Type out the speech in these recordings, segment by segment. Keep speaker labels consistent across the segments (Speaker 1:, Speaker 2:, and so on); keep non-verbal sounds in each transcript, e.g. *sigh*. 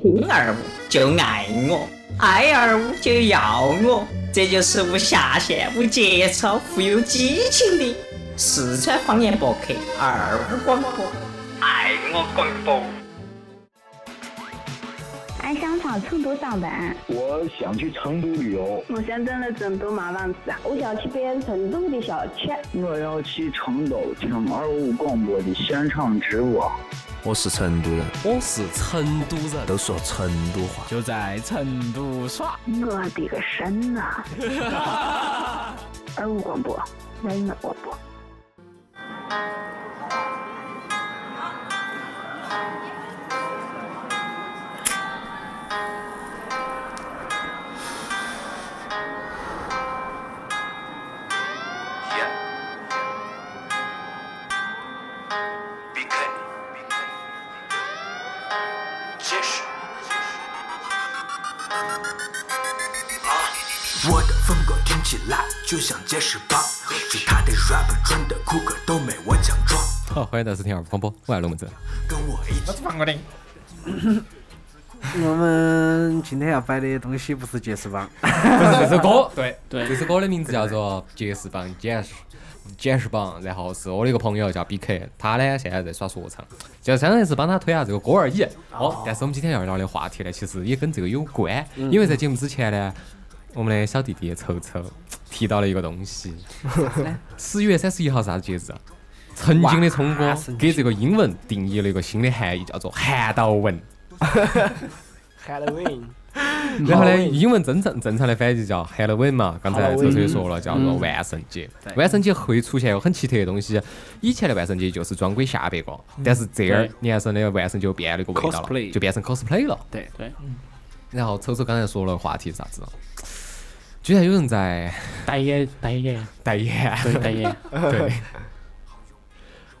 Speaker 1: 情。
Speaker 2: 儿我就爱我，爱儿我就要我，这就是无下限、无节操、富有激情的四川方言博客二五广播，爱我广播。
Speaker 3: 俺想上成都上班，
Speaker 4: 我想去成都旅游，
Speaker 5: 我想整了成都麻啊房子，
Speaker 6: 我想去变成都的小吃。
Speaker 4: 我要去成都听二五广播的现场直播。
Speaker 7: 我是成都人，
Speaker 8: 我是成都人，
Speaker 7: 都说成都话，
Speaker 8: 就在成都耍。
Speaker 5: 我的个神呐！二五广播，人民广播。
Speaker 9: 我的风格听起来就像结实棒，其他的 rapper 穿的酷哥都没我强壮。
Speaker 10: 好，欢迎再次听二广播，我爱龙门阵。
Speaker 9: 跟我一起，
Speaker 2: 放过你，
Speaker 11: 我们今天要摆的东西不是爵士棒，
Speaker 10: 不是这首歌，
Speaker 8: 对对，
Speaker 10: 这首歌的名字叫做《杰士邦简是简士邦》，然后是我的一个朋友叫 BK，他呢现在在耍说唱，就相当于是帮他推下这个歌而已。哦，但是我们今天要聊的话题呢，其实也跟这个有关，因为在节目之前呢，我们的小弟弟臭臭提到了一个东西，十月三十一号啥子节日啊？曾经的聪哥给这个英文定义了一个新的含义，叫做“韩道文”。
Speaker 11: Halloween，
Speaker 10: 然后呢，英文真正正常的翻译叫 Halloween 嘛，刚才周周也说了，叫做万圣节。万圣节会出现很奇特的东西，以前的万圣节就是装鬼吓别个，但是这儿年生的万圣节变了个味道了，
Speaker 8: Cosplay
Speaker 10: 就变成 cosplay 了。
Speaker 11: 对对，
Speaker 10: 然后丑丑刚才说了话题是啥子？居然有人在 *laughs*
Speaker 8: 代言代言，
Speaker 10: 代言，
Speaker 8: 对代言，
Speaker 10: *laughs* 对。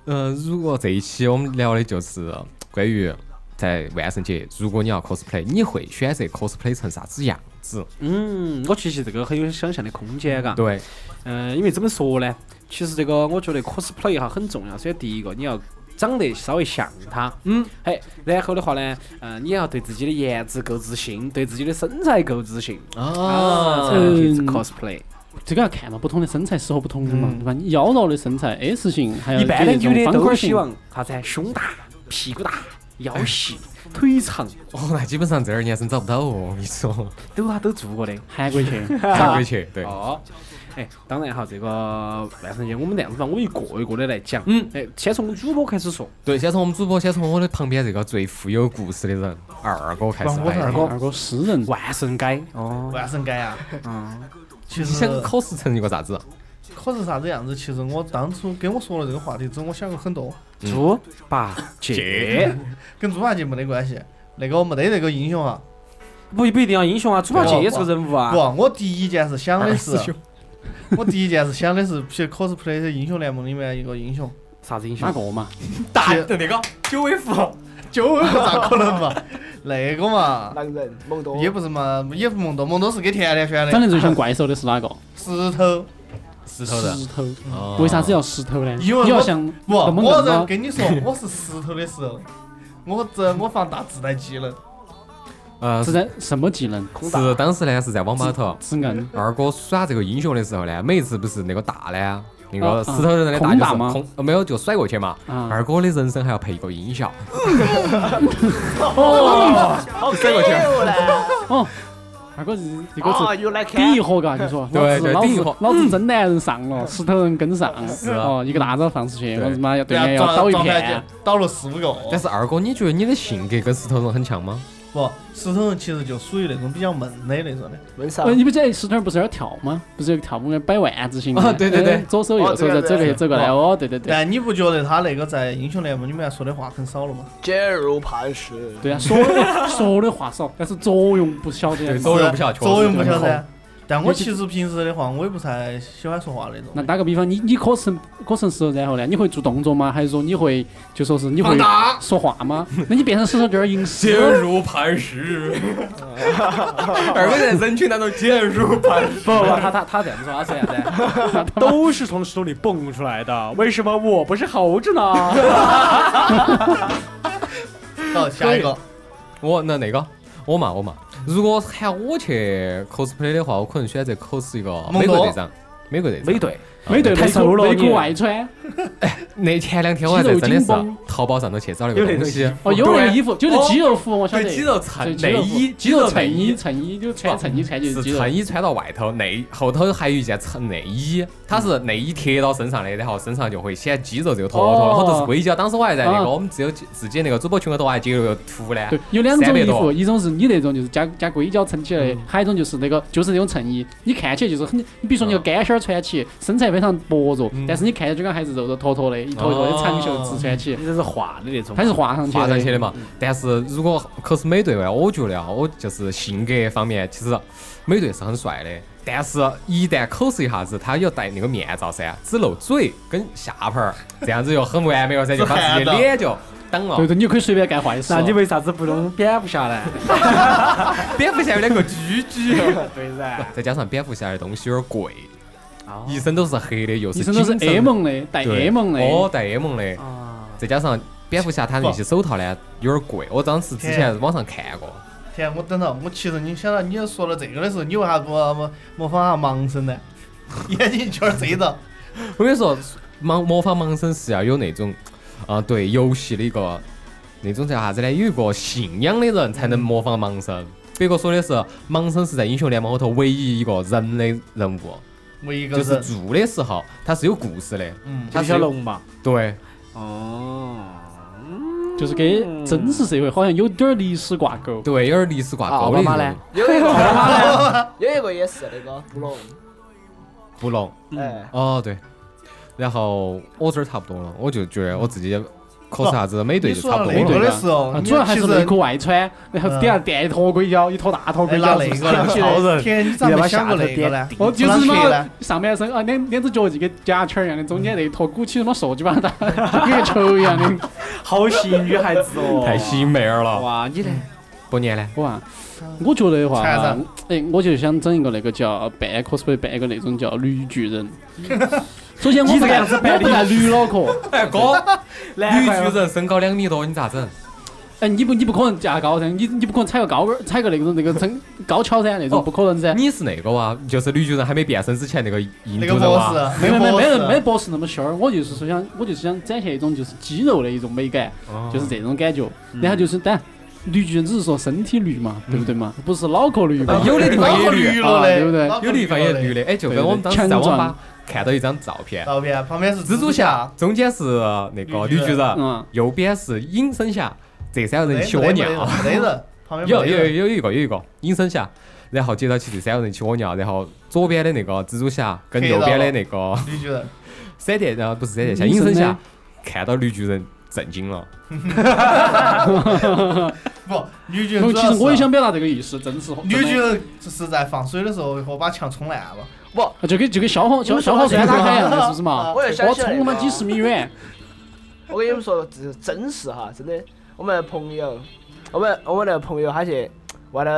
Speaker 10: 嗯，如果这一期我们聊的就是关于在万圣节，如果你要 cosplay，你会选择 cosplay 成啥子样子？
Speaker 8: 嗯，我其实这个很有想象的空间，
Speaker 10: *laughs*
Speaker 8: 嘎。
Speaker 10: 对，
Speaker 8: 嗯，因为怎么说呢？其实这个我觉得 cosplay 哈很重要。首先第一个，你要长得稍微像他，嗯，哎，然后的话呢，嗯、你也要对自己的颜值够自信，对自己的身材够自信，
Speaker 10: 啊
Speaker 8: 才能去
Speaker 12: 嗯
Speaker 8: cosplay。嗯
Speaker 12: 这个要看嘛，不同的身材适合不同人嘛，对吧？你妖娆的身材 S 型，还有
Speaker 8: 一般的
Speaker 12: 这种
Speaker 8: 女的
Speaker 12: 方
Speaker 8: 都
Speaker 12: 块
Speaker 8: 是
Speaker 12: 型
Speaker 8: 希望啥子啊？胸大、屁股大、腰
Speaker 11: *laughs*
Speaker 8: 细、腿长，
Speaker 10: 哦，那基本上这二年生找不到哦，我跟你 *laughs* 说，
Speaker 8: 都啊都做过的。
Speaker 12: 韩国去，
Speaker 10: 看回去，对，
Speaker 8: 哦，哎，当然哈，这个万圣节我们这样子吧，我一个一个的来讲。嗯，哎，先从主播开始说。
Speaker 10: 对，先从我们主播，先从我的旁边这个最富有故事的人二哥开始。哎
Speaker 2: 我是二哥，
Speaker 12: 二哥诗
Speaker 8: *laughs*
Speaker 12: 人，
Speaker 8: 万圣街哦，
Speaker 2: 万圣街啊，嗯，其
Speaker 10: 你
Speaker 2: 实
Speaker 10: 想考试成一个啥子？
Speaker 2: 可是啥子样子？其实我当初跟我说了这个话题之后，我想过很多，
Speaker 11: 嗯
Speaker 8: 猪八戒
Speaker 2: *laughs* 跟猪八戒没得关系，那个没得那个英雄啊。
Speaker 8: 不不一定要英雄啊，猪八戒也是个人物啊
Speaker 2: 不，。我第一件事想的
Speaker 10: 二师
Speaker 2: 是
Speaker 10: 兄，
Speaker 2: 我第一件事想的是，去 cosplay 的英雄联盟里面一个英雄，
Speaker 8: 啥子英雄
Speaker 12: 哪？个嘛？
Speaker 2: 大
Speaker 10: 那个
Speaker 2: 九尾狐，九尾狐咋可能嘛？那个嘛，
Speaker 11: 狼人蒙多
Speaker 2: 也不是嘛，也不是蒙多，蒙多是给甜甜选
Speaker 12: 长得
Speaker 2: 的，
Speaker 12: 最像怪兽的是哪个？
Speaker 2: 石头。
Speaker 10: 石头人
Speaker 12: 石头。
Speaker 10: 哦
Speaker 12: 为啥子要石头呢？
Speaker 2: 因为
Speaker 12: 你要
Speaker 2: 我
Speaker 12: 像
Speaker 2: 不，
Speaker 12: 那么
Speaker 2: 我
Speaker 12: 硬
Speaker 2: 在
Speaker 12: 吗？
Speaker 2: 跟你说，我是石头的时候，我这我放大自带技能，
Speaker 10: 呃，是
Speaker 12: 是在什么技能？
Speaker 10: 是当时呢是在网吧头，
Speaker 12: 是啊硬。
Speaker 10: 二哥耍这个英雄的时候呢，每一次不是那个大呢，那
Speaker 12: 哦
Speaker 10: 个
Speaker 12: 嗯
Speaker 10: 石头人的大
Speaker 12: 空
Speaker 10: 就
Speaker 12: 大
Speaker 10: 是
Speaker 12: 吗
Speaker 10: 空，啊呃没有就甩过去嘛。
Speaker 12: 嗯
Speaker 10: 二哥的人生还要配一个音效，
Speaker 12: 哦，二哥是这个
Speaker 13: 啊
Speaker 11: 哦
Speaker 12: 是
Speaker 11: ，You like
Speaker 12: 第一伙嘎，你说，
Speaker 10: 对对
Speaker 12: 老
Speaker 10: 第一
Speaker 12: 子
Speaker 10: 伙
Speaker 12: 老子真男人上了，石头人跟上，
Speaker 2: 啊
Speaker 12: 哦，一个大招放出去，
Speaker 10: 对
Speaker 12: 老子妈要对面
Speaker 2: 然
Speaker 12: 要
Speaker 2: 后撞
Speaker 12: 倒一
Speaker 2: 撞
Speaker 12: 片
Speaker 2: 盘，倒了四五个。
Speaker 10: 但是二哥，你觉得你的性格跟石头人很像吗？
Speaker 2: 不，石头人其实就属于那种比较闷的那种的，
Speaker 11: 为啥
Speaker 12: 呃，？你不记得石头人不是有点跳吗？不是有个跳舞的摆腕子型的？
Speaker 10: 哦对对对
Speaker 12: 哎左手右手再走过去走过来，哦，对对对，
Speaker 2: 但你不觉得他那个在英雄联盟里面说的话很少了吗？
Speaker 11: 坚如磐石。
Speaker 12: 对啊，说 *laughs* 说的话少，但是作用不小的。
Speaker 10: 作用不小，确实
Speaker 2: 作用不小噻。但我其实平时的话，我也不太喜欢说话那
Speaker 12: 那
Speaker 2: 种。
Speaker 12: 打个比方，你你可成可成石头，然后呢，你会做动作吗？还是说你会就说是你会说话吗？那你变成石头就有点隐私
Speaker 10: 坚。如磐
Speaker 12: *laughs*
Speaker 10: 石，二哥在人群当中坚如磐石。
Speaker 8: 不不，他他他这样子说，他是啥子？都是从石头里蹦出来的，为什么我不是猴子呢？
Speaker 2: 好，下一个，
Speaker 10: 我那那个我嘛我嘛，如果喊我去 cosplay 的话，我可能选择 cos 一个
Speaker 8: 蒙
Speaker 10: 美国
Speaker 8: 多
Speaker 10: 队长，美国队长，
Speaker 8: 美队
Speaker 10: 啊
Speaker 12: 美队
Speaker 10: 太
Speaker 12: 内
Speaker 10: 瘦
Speaker 12: 裤
Speaker 10: 了
Speaker 12: 内
Speaker 10: 你
Speaker 12: 裤外穿，哦
Speaker 10: 那前两天我还在真的
Speaker 12: 肌肉
Speaker 10: 是
Speaker 12: 紧绷
Speaker 10: 淘宝上头去找了个东西，
Speaker 12: 哦，有那个衣服，
Speaker 10: 对
Speaker 12: 就是肌肉服，我晓得。
Speaker 10: 对肌肉
Speaker 12: 对
Speaker 10: 衬
Speaker 12: 肌
Speaker 10: 内
Speaker 12: 肉服
Speaker 10: 衣，
Speaker 12: 肌肉衬
Speaker 10: 内
Speaker 12: 衣，衬衣就穿衬衣穿就是
Speaker 10: 是
Speaker 12: 肌肉。
Speaker 10: 衬衣穿到外头，内后头还有一件衬内衣，它是内衣贴到身上的，然后身上就会显肌肉这个坨坨，
Speaker 12: 嗯哦
Speaker 10: 后头是硅胶。当时我还在那
Speaker 12: 啊
Speaker 10: 个我们只有自己那个主播群里头我还截了个图呢
Speaker 12: 对，，有两
Speaker 10: 啊三
Speaker 12: 种
Speaker 10: 百
Speaker 12: 衣
Speaker 10: 多嗯
Speaker 12: 服，一种是你那种就是加加硅胶撑起来的，还有一种就是那个就是那种衬衣，你看起来就是很，你比如说你
Speaker 10: 嗯
Speaker 12: 个干仙儿穿起，身材非常薄弱，但是你看起来就跟还是肉肉坨坨的，一坨
Speaker 10: 哦
Speaker 12: 一坨的长袖子穿起，
Speaker 8: 你这是画的那种，
Speaker 12: 它是画上去
Speaker 10: 画上去
Speaker 12: 的嗯
Speaker 10: 的。嘛。但是如果 cos 美队啊，我觉得啊，我就是性格方面，其实美队是很帅的，但是一旦 cos 一下子，他要戴那个面罩噻，只露嘴跟下盘儿，这样子就很完美了噻，就把自己的啊脸就挡了
Speaker 12: 对。对，你就可以随便干坏事
Speaker 11: 那。你为啥子不弄蝙蝠侠呢？
Speaker 10: 蝙蝠侠有两个居居，
Speaker 1: *laughs*
Speaker 11: 对噻，
Speaker 10: 再加上蝙蝠侠的东西有点贵，
Speaker 1: 哦
Speaker 10: 一身都是黑的，又是
Speaker 12: 一身都是
Speaker 10: 紧身
Speaker 12: A 梦的，带
Speaker 10: 对
Speaker 12: A 梦的。
Speaker 10: 哦，带 M 的，
Speaker 1: 啊
Speaker 10: 再加上蝙蝠侠他那些手套呢有点贵，我当时之前网上看过。
Speaker 1: *laughs* 天，我等等，我其实你想到你说到这个的时候，你为啥不模模仿下盲僧呢？ *laughs* 眼睛圈儿贼着，
Speaker 10: 我跟你说，盲模仿盲僧是要有那种啊、呃对游戏的一个那种叫啥子呢？有一个信仰的人才能模仿盲僧。别个说的是盲僧是在英雄联盟后头唯一一个人的人物，
Speaker 1: 我一个
Speaker 10: 就是
Speaker 1: 人，哎
Speaker 10: 做的时候他是有故事的。
Speaker 1: 嗯，
Speaker 10: 他
Speaker 8: 就是小龙嘛，
Speaker 10: 对，
Speaker 12: 就是跟真实社会好像有点儿历史挂钩。
Speaker 10: 对，有点历史挂钩
Speaker 8: 奥
Speaker 10: 的
Speaker 8: 巴
Speaker 10: 一
Speaker 8: 马
Speaker 10: 个
Speaker 8: 呢
Speaker 10: 人物。
Speaker 13: 有一个， *laughs* 有一个也是那个布隆，
Speaker 10: 布隆。
Speaker 13: 哎，
Speaker 10: 哦，对。然后我这儿差不多了，我就觉得我自己考啥子美队就差不多
Speaker 1: 你说到那个的
Speaker 10: 了。
Speaker 1: 时候
Speaker 12: 啊
Speaker 1: 你
Speaker 12: 主要还
Speaker 1: 其
Speaker 12: 是
Speaker 1: 实
Speaker 12: 内裤外穿，然后底下垫一坨硅胶，一坨大坨
Speaker 1: 哎
Speaker 12: 硅
Speaker 1: 拿
Speaker 12: 胶。
Speaker 1: 那个呢？
Speaker 11: 超人
Speaker 1: 天，你咋没想过那个呢？
Speaker 12: 哦，就是
Speaker 1: 不
Speaker 12: 什
Speaker 1: 让贴
Speaker 12: 么
Speaker 1: 呢？
Speaker 12: 上半身啊，两两只脚就跟甲圈儿一样的，中间那一坨 *laughs* 鼓起什么手，就把它打 *laughs* 就跟个球一样的。
Speaker 11: 好吸引女孩子哦，
Speaker 10: 太吸引妹儿了。
Speaker 8: 哇，你呢？
Speaker 10: 伯年呢？
Speaker 12: 我啊，我觉得的话
Speaker 1: 猜猜，
Speaker 12: 哎，我就想整一个那个叫半 cosplay 半一个那种叫绿巨人。首先我不带我不带驴脑壳，
Speaker 10: 哎哥，
Speaker 11: 难
Speaker 10: 绿
Speaker 11: 怪
Speaker 10: 巨人身高两米多，你咋整？
Speaker 12: 哎，你不你不可能架高噻，你你不可能踩个高跟儿，踩个那种那个撑高跷噻，那
Speaker 10: 哦
Speaker 12: 种不可能噻。
Speaker 10: 你是那个哇？就是绿巨人还没变身之前那个印
Speaker 1: 那
Speaker 10: 度
Speaker 1: 个
Speaker 10: 人
Speaker 1: 博
Speaker 10: 哇？
Speaker 1: 士，
Speaker 12: 没没
Speaker 1: 那
Speaker 12: 没
Speaker 1: 个
Speaker 12: 没人
Speaker 1: 博士
Speaker 12: 没得博士那么凶儿，我就是说想，我就是想展现一种就是肌肉的一种美感，就是这种感觉。然后就是，但绿巨人只是说身体绿嘛，对不对嘛？不是脑壳绿嘛
Speaker 10: 啊？有
Speaker 12: *laughs*
Speaker 10: 的地方也绿，
Speaker 1: 了嘞，
Speaker 12: 啊对不对
Speaker 1: 脑壳
Speaker 10: 有的
Speaker 1: *laughs*
Speaker 10: 地方也绿
Speaker 1: 了嘞。
Speaker 10: 的。哎，就跟
Speaker 12: 对对
Speaker 10: 我们当时在
Speaker 12: 强
Speaker 10: 网
Speaker 12: 壮
Speaker 10: 吧看到一张照片，
Speaker 1: 照片旁边是
Speaker 10: 蜘蛛
Speaker 1: *laughs*
Speaker 10: 侠，中间是那个
Speaker 1: 绿
Speaker 10: 绿
Speaker 1: 巨人
Speaker 10: 巨人
Speaker 12: 嗯，
Speaker 10: 右边是隐身侠，这三个
Speaker 1: 没
Speaker 10: 人
Speaker 1: 人，
Speaker 10: 一起屙尿。
Speaker 1: 没人，没人，旁边
Speaker 10: 啊有
Speaker 1: 没
Speaker 10: 有
Speaker 1: 人。
Speaker 10: 有一个有一个隐身侠，然后接到起第三个人去屙尿，然后左边的那个蜘蛛侠跟右边的那个
Speaker 1: 绿巨人，
Speaker 10: 闪电，然后不是闪电侠，
Speaker 12: 隐
Speaker 10: 隐
Speaker 12: 身
Speaker 10: 身侠
Speaker 12: 呢
Speaker 10: 看到绿巨人震惊了。
Speaker 1: 不，绿巨人
Speaker 12: 我
Speaker 1: 主
Speaker 12: 其
Speaker 1: 要
Speaker 12: 实
Speaker 1: 是啊
Speaker 12: 我也想表达这个意思，真是
Speaker 1: 绿巨人是在放水的时候一会儿把墙冲烂了。
Speaker 12: 啊就跟就跟消防消消防栓打开一样的，是不是嘛？
Speaker 13: 啊我也想
Speaker 12: 我
Speaker 13: 起来
Speaker 12: 冲他妈
Speaker 13: 了
Speaker 12: 几十米远，
Speaker 13: 我跟你们说，这是真事哈，真的。我们朋友，我们我们那个朋友他去外头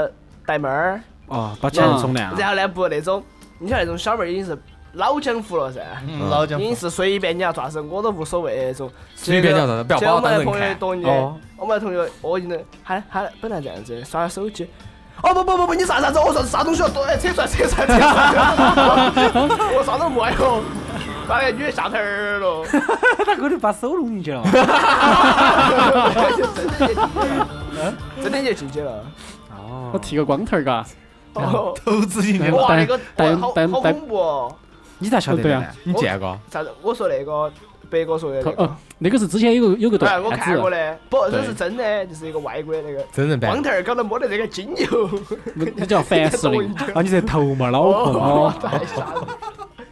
Speaker 13: 带妹儿，
Speaker 8: *laughs* 哦，
Speaker 12: 啊
Speaker 8: 把墙
Speaker 11: 嗯
Speaker 8: *laughs* 冲烂
Speaker 13: 然
Speaker 8: 了。
Speaker 13: 后呢不那种，你像那种小妹儿已经是老江湖了噻。
Speaker 1: 嗯，老
Speaker 13: 已
Speaker 1: 蒋
Speaker 13: 经是随便你要咋子，我都无所谓那种。
Speaker 10: 随便你要咋子不要把我当
Speaker 13: 结
Speaker 10: 人看
Speaker 13: 果我们的朋友一
Speaker 10: 哦
Speaker 13: 坨女，我们的同学恶意的，他他本来这样子耍手机。哦不不不不，你啥啥子？我说啥东西要多？哎，扯出来扯出来扯出来！我啥都没有，把那个女的吓疼儿了。
Speaker 11: 他可能把手弄进去 *laughs* 了。
Speaker 13: 真的就进去了，
Speaker 12: 我剃个光头儿嘎，
Speaker 13: 哦，
Speaker 1: 投资进去，
Speaker 13: 哇，那个
Speaker 12: 带
Speaker 13: 哇好
Speaker 12: 带
Speaker 13: 好
Speaker 12: 带
Speaker 13: 恐怖哦！
Speaker 11: 你咋晓得
Speaker 12: 对
Speaker 11: 的
Speaker 12: 啊
Speaker 11: 呢？
Speaker 10: 你见过？
Speaker 13: 啥子？我说那个白哥说的
Speaker 12: 头
Speaker 13: 那
Speaker 12: 哦
Speaker 13: 个，，
Speaker 12: 那个是之前有个有个
Speaker 13: 哎，
Speaker 12: 段
Speaker 13: 我看过
Speaker 12: 子，
Speaker 13: 的，不，这
Speaker 12: 对
Speaker 13: 是真的，就是一个外国的那个
Speaker 10: 真人版
Speaker 13: 光。头儿搞得摸得这个精油。
Speaker 12: 那
Speaker 13: *laughs*
Speaker 12: 那叫凡士林。
Speaker 11: 啊，你这头嘛，脑壳嘛。
Speaker 13: 哦，太吓人！
Speaker 8: 哎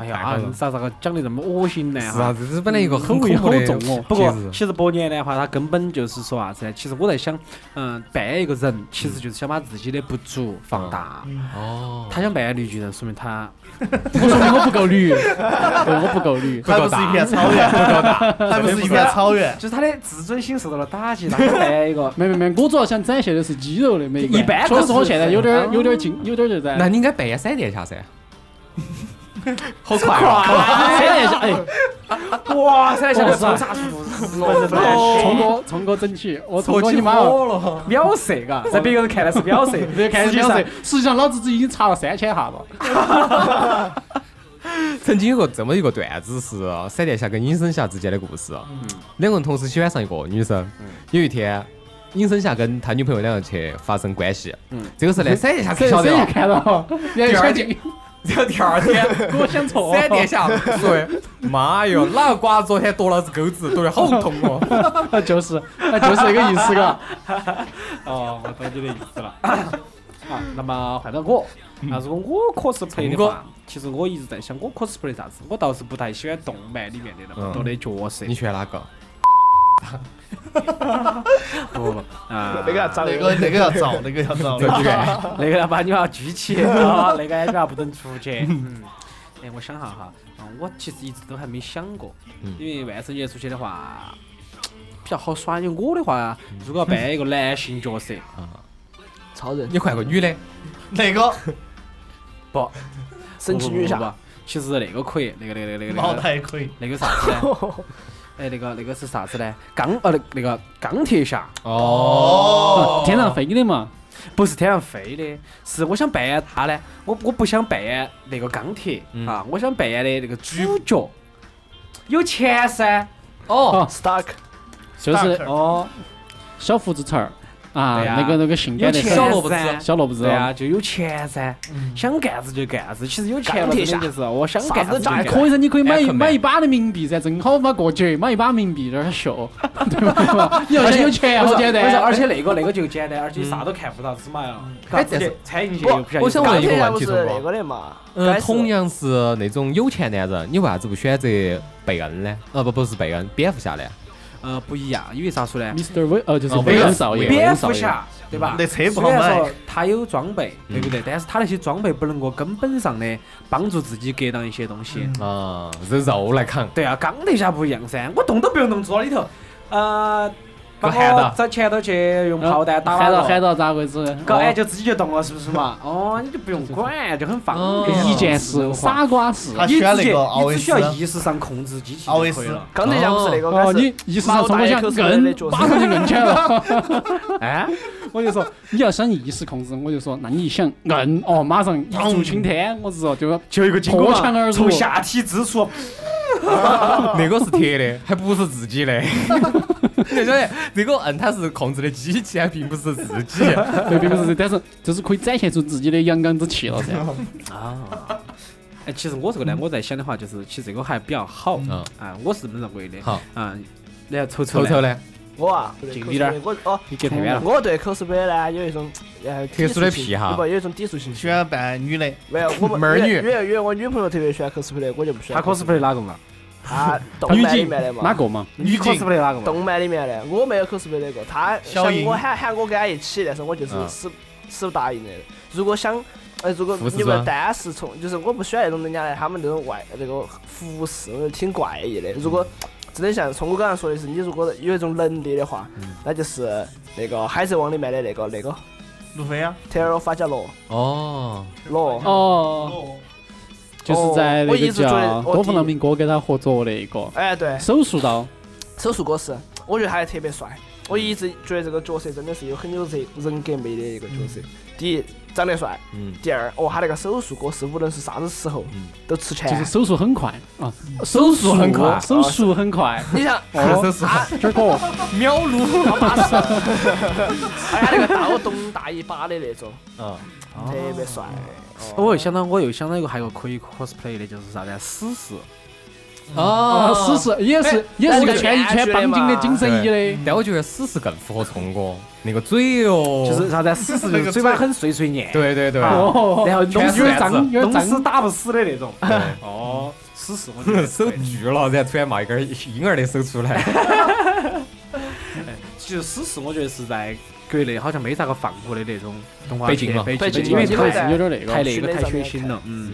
Speaker 10: 太
Speaker 8: 呀，
Speaker 10: 狠了
Speaker 8: 你咋咋个讲的这么恶心呢？
Speaker 10: 是啊，这是本来一个很
Speaker 8: 口味
Speaker 10: 恐怖
Speaker 8: 好
Speaker 10: 的
Speaker 8: 重哦。不过
Speaker 10: 节日
Speaker 8: 其实伯年的话，他根本就是说啥子呢？其实我在想，嗯，扮一个人其实就是想把自己的不足放大。
Speaker 10: 哦，
Speaker 8: 他想扮绿巨人，说明他
Speaker 12: *laughs* 我说明我不够绿，对，我不够绿。
Speaker 1: 还不是一片草原， *laughs* 还不是一片草原。
Speaker 11: 就是他的自尊心受到了打击，他扮一个
Speaker 12: 没没没，我主要想展现的是肌肉的美感。
Speaker 11: 一般
Speaker 12: 确实
Speaker 11: 都
Speaker 12: 我
Speaker 11: 是
Speaker 12: 现在有点儿有点儿劲，有点儿就在。
Speaker 10: 那你应该扮演闪电侠噻。好快
Speaker 12: 哇
Speaker 10: 啊！
Speaker 12: 闪电侠，哎，
Speaker 11: 哇塞，现在
Speaker 12: 哦是啊
Speaker 11: 啥速度？
Speaker 13: 我
Speaker 12: 聪哥，聪哥整起，我聪哥你妈
Speaker 8: 哦，秒射嘎，在别个人看来是秒射，
Speaker 12: 别看
Speaker 8: 实
Speaker 12: 是
Speaker 8: 际
Speaker 12: 秒
Speaker 8: 上
Speaker 12: 射，实际上老子已经查了三千下了。
Speaker 10: 曾经有个这么一个段子是闪电侠跟隐身侠之间的故事，两个人同时喜欢上一个女生，有一天。隐身侠跟他女朋友两个去发生关系，
Speaker 12: 嗯
Speaker 10: 这个时候呢，闪电侠看晓得了
Speaker 12: 闪电侠，看到， *laughs*
Speaker 10: 第二天，然后第二天，
Speaker 12: 我想错，
Speaker 10: 闪电侠说：“妈哟，哪个瓜子昨天剁了只钩子，剁得好痛哦！” *laughs*
Speaker 12: 就是，那就是这个意思，嘎。
Speaker 8: 哦，我懂你的意
Speaker 13: *laughs*
Speaker 8: 思了。好，那么换到我，
Speaker 13: 嗯
Speaker 8: 那如果我 cosplay 的
Speaker 10: 聪哥
Speaker 8: 话，其实我一直在想我 cosplay 啥子，我倒是不太喜欢动漫里面的
Speaker 13: 嗯
Speaker 8: 那么多的角色。
Speaker 10: 你选哪 *laughs* 个？
Speaker 8: 不不不，
Speaker 13: *laughs*
Speaker 8: 啊，
Speaker 13: 那个要找
Speaker 1: 那个那个要找那个要找
Speaker 8: 那个那个要把你娃举起，
Speaker 13: *laughs*
Speaker 8: 啊那个安全帽不能出去。嗯，哎，我想下哈，嗯，我其实一直都还没想过，
Speaker 13: 嗯
Speaker 8: 因为万圣节出去的话比较好耍。因为我的话，
Speaker 13: 嗯
Speaker 8: 如果要扮一个男性角色，
Speaker 13: 超人，
Speaker 10: 你换个女的，
Speaker 1: 那个
Speaker 8: 不，
Speaker 13: 神奇女侠
Speaker 8: 不不不不其实那个可以，那个那个那个
Speaker 1: *laughs*
Speaker 8: 那个
Speaker 1: 茅台可以，
Speaker 8: 那个啥子呢？
Speaker 12: *laughs*
Speaker 8: 哎，那个那个是啥子呢？钢呃，那那个钢铁侠
Speaker 10: 哦
Speaker 12: *laughs* 天上飞的嘛，
Speaker 8: 不是天上飞的，是我想扮演他呢。我我不想扮演那个钢铁、
Speaker 12: 嗯
Speaker 8: 啊，我想扮演的那个主角，有钱噻。
Speaker 10: 哦
Speaker 13: ，Stark，
Speaker 12: 就是
Speaker 8: 大个儿
Speaker 12: 哦，小胡子茬儿啊，
Speaker 8: 对呀
Speaker 12: 那个那个性
Speaker 8: 有
Speaker 12: 感的
Speaker 8: 钱噻，
Speaker 12: 小萝卜子，哦嗯
Speaker 8: 对啊，就有钱噻，想干子就干子。其实有钱
Speaker 12: 钢
Speaker 8: 了，
Speaker 12: 铁
Speaker 8: 真的
Speaker 12: 侠
Speaker 8: 就是我想干
Speaker 12: 啥
Speaker 8: 子
Speaker 12: 子
Speaker 8: 就干
Speaker 12: 都可以噻，你可以买一
Speaker 8: Aquaman
Speaker 12: 买一把的冥币噻，正好嘛过节买一把冥币在那儿秀，对 *laughs* 吧？你要先有钱，啊好简
Speaker 8: 不是，
Speaker 12: 单。
Speaker 8: 而且那个那个就简单，而且啥都看不到，芝麻
Speaker 12: 嗯
Speaker 8: 呀。
Speaker 10: 哎但是
Speaker 8: 掺进去又不
Speaker 10: 不，
Speaker 8: 像
Speaker 10: 我想
Speaker 8: 钢
Speaker 10: 问一
Speaker 8: 铁
Speaker 10: 个
Speaker 13: 侠
Speaker 10: 问
Speaker 13: 不
Speaker 10: 题，
Speaker 13: 是
Speaker 10: 聪
Speaker 13: 那
Speaker 10: 哥。
Speaker 13: 个的嘛？
Speaker 10: 呃，
Speaker 13: 该是
Speaker 10: 同样是那种有钱男人，你为啥子不选择贝恩呢？呃，不，不是贝恩，蝙蝠侠呢？
Speaker 8: 呃，不一样，因为啥说呢？
Speaker 12: Mr. V 呃就是
Speaker 10: 哦
Speaker 12: 韦
Speaker 10: 韦
Speaker 12: 恩
Speaker 10: 恩
Speaker 12: 少爷，
Speaker 8: 蝙蝠侠对吧？
Speaker 1: 那车不好买
Speaker 8: 虽然说他有装备，对不对？但是他那些装备不能够根本上的帮助自己格挡一些东西。
Speaker 10: 啊，人肉来扛，
Speaker 8: 对啊，钢铁侠不一样噻，我动都不用动，坐到里头，呃，把
Speaker 10: 喊
Speaker 8: 我
Speaker 10: 到
Speaker 8: 找前头去
Speaker 12: 嗯
Speaker 8: 用炮弹打
Speaker 12: 喊到
Speaker 8: 到
Speaker 12: 喊，到咋回事？
Speaker 8: 搞哎
Speaker 12: 哦
Speaker 8: 就自己就动了，是不是嘛？哦，你就不用管，就很方
Speaker 10: 哦
Speaker 8: 便。
Speaker 12: 一件事，傻瓜事。
Speaker 1: 他
Speaker 8: 你
Speaker 1: 选
Speaker 8: 直
Speaker 1: 那
Speaker 8: 接
Speaker 1: 个奥
Speaker 8: 你
Speaker 1: 维
Speaker 8: 只需
Speaker 1: 斯
Speaker 8: 要，意识上控制机器
Speaker 1: 奥
Speaker 8: 就
Speaker 1: 维
Speaker 8: 可以
Speaker 1: 斯
Speaker 8: 了。
Speaker 13: 钢铁侠不是那个，
Speaker 12: 哦，
Speaker 13: 该是
Speaker 12: 你意识上冲过去
Speaker 13: 马尔代克斯的
Speaker 12: 摁
Speaker 13: 角，色
Speaker 12: 马上就摁起来了。 *laughs*
Speaker 8: 哎，
Speaker 10: 啊
Speaker 12: 我就说你要想意识控制，我就说那你想摁哦，马上一柱擎天，我是说就
Speaker 8: 就有一个金
Speaker 12: 破
Speaker 8: 箍
Speaker 12: 墙而
Speaker 8: 棒
Speaker 12: 入
Speaker 8: 从下体支出，
Speaker 10: *laughs* 那个是铁的，还不是自己的。 *laughs* 你晓得，这个摁它是控制的机器，还并不是自己。
Speaker 12: 对，并不是，但是就是可以展现出自己的阳刚之气了噻。
Speaker 8: 啊。哎，其实我这个呢，我在想的话，就是其实这个还比较好
Speaker 10: 嗯
Speaker 8: 啊，我是这么认为的。
Speaker 10: 好
Speaker 8: 啊，然后臭臭
Speaker 10: 瞅瞅呢，
Speaker 13: 我啊，
Speaker 8: 近一点儿
Speaker 13: 我哦，
Speaker 8: 你隔太
Speaker 13: *laughs*
Speaker 8: 远了。
Speaker 13: 我对 cosplay 呢有一种呃
Speaker 10: 特殊的癖好
Speaker 13: 不有一种抵触情绪。
Speaker 1: 喜欢扮女的，
Speaker 13: 没有，我们
Speaker 10: 门儿女
Speaker 13: 因为因为我女朋友特别喜欢 cosplay，我就不喜
Speaker 8: 他
Speaker 13: 欢。
Speaker 8: cosplay 哪个嘛？
Speaker 13: 她动
Speaker 12: 女
Speaker 13: 漫里
Speaker 12: 警
Speaker 13: 面的嘛，
Speaker 12: 哪个嘛？
Speaker 8: 你 cosplay 哪个嘛？
Speaker 13: 动漫里面的，我没有 cosplay 那个，他想
Speaker 1: 小
Speaker 13: 我
Speaker 1: 樱
Speaker 13: 喊喊我跟他一起，但是我就是
Speaker 10: 嗯
Speaker 13: 死死不答应的。如果想，呃，如果
Speaker 10: 服侍
Speaker 13: 你们
Speaker 10: 装
Speaker 13: 单是从，就是我不喜欢那种人家的他们那种外那个服饰，我觉得挺怪异的。如果真的像从我刚才说的是，你如果有一种能力的话，那就是那个《海贼王》里面的那个那个
Speaker 1: 路飞啊，
Speaker 13: 特尔法加罗
Speaker 10: 哦，
Speaker 13: 罗。
Speaker 12: 哦，就是在
Speaker 13: 我
Speaker 12: 那
Speaker 13: 一
Speaker 12: 个
Speaker 13: 直觉得
Speaker 12: 叫
Speaker 13: 我
Speaker 12: 多弗朗明哥跟他合作的一个
Speaker 13: 哎，对，
Speaker 12: 手术刀，
Speaker 13: 手术哥是，我觉得他也特别帅。我一直觉得这个角色真的是有很有人人格魅力的一个角色。第一，长得帅；
Speaker 10: 嗯，
Speaker 13: 第二，哦，他那个手术哥是无论是啥子时候
Speaker 10: 嗯
Speaker 13: 都吃
Speaker 12: 就
Speaker 13: 钱
Speaker 12: 是。手速很快啊，
Speaker 10: 手速很快
Speaker 12: 手速很快。
Speaker 13: 你 *laughs* 想，
Speaker 10: 手
Speaker 12: 哦，
Speaker 10: 速
Speaker 12: 这个
Speaker 10: 秒撸。
Speaker 13: 啊 *laughs* 哎呀，那个刀咚大一把的那种，哦
Speaker 10: 嗯，
Speaker 13: 特别帅。
Speaker 8: 我又想到，我又想到一个还有可以 cosplay 的，就是啥子啊死侍。
Speaker 12: 啊，
Speaker 10: 哦，
Speaker 12: 死侍也是也是一个圈一圈绑紧的紧身衣的，
Speaker 10: 但我觉得死侍更符合聪哥那个嘴哦，
Speaker 8: 就是啥子啊死侍，就是嘴巴很碎碎念，
Speaker 10: 对对对， *laughs*
Speaker 12: 哦，
Speaker 8: 然后
Speaker 12: 有
Speaker 8: 弄
Speaker 10: 全
Speaker 8: 死
Speaker 10: 是
Speaker 12: 点
Speaker 10: 杆
Speaker 12: 脏，
Speaker 10: 子
Speaker 12: 有点
Speaker 8: 弄死
Speaker 12: 脏。
Speaker 8: 打不死的那种。
Speaker 10: 对
Speaker 8: *laughs* 哦，死侍我觉得
Speaker 10: 手 *laughs* 锯了，然后突然冒一根婴儿的手出来。
Speaker 8: 其实死侍我觉得是在国内好像没咋个放过的那种动画
Speaker 10: 北京
Speaker 8: 片
Speaker 10: 嘛
Speaker 8: 北
Speaker 13: 京
Speaker 8: 因为
Speaker 13: 嘛
Speaker 8: 太
Speaker 12: 还是有点那
Speaker 8: 太
Speaker 12: 个，
Speaker 8: 那个太血腥
Speaker 13: 去那上面
Speaker 8: 了，嗯，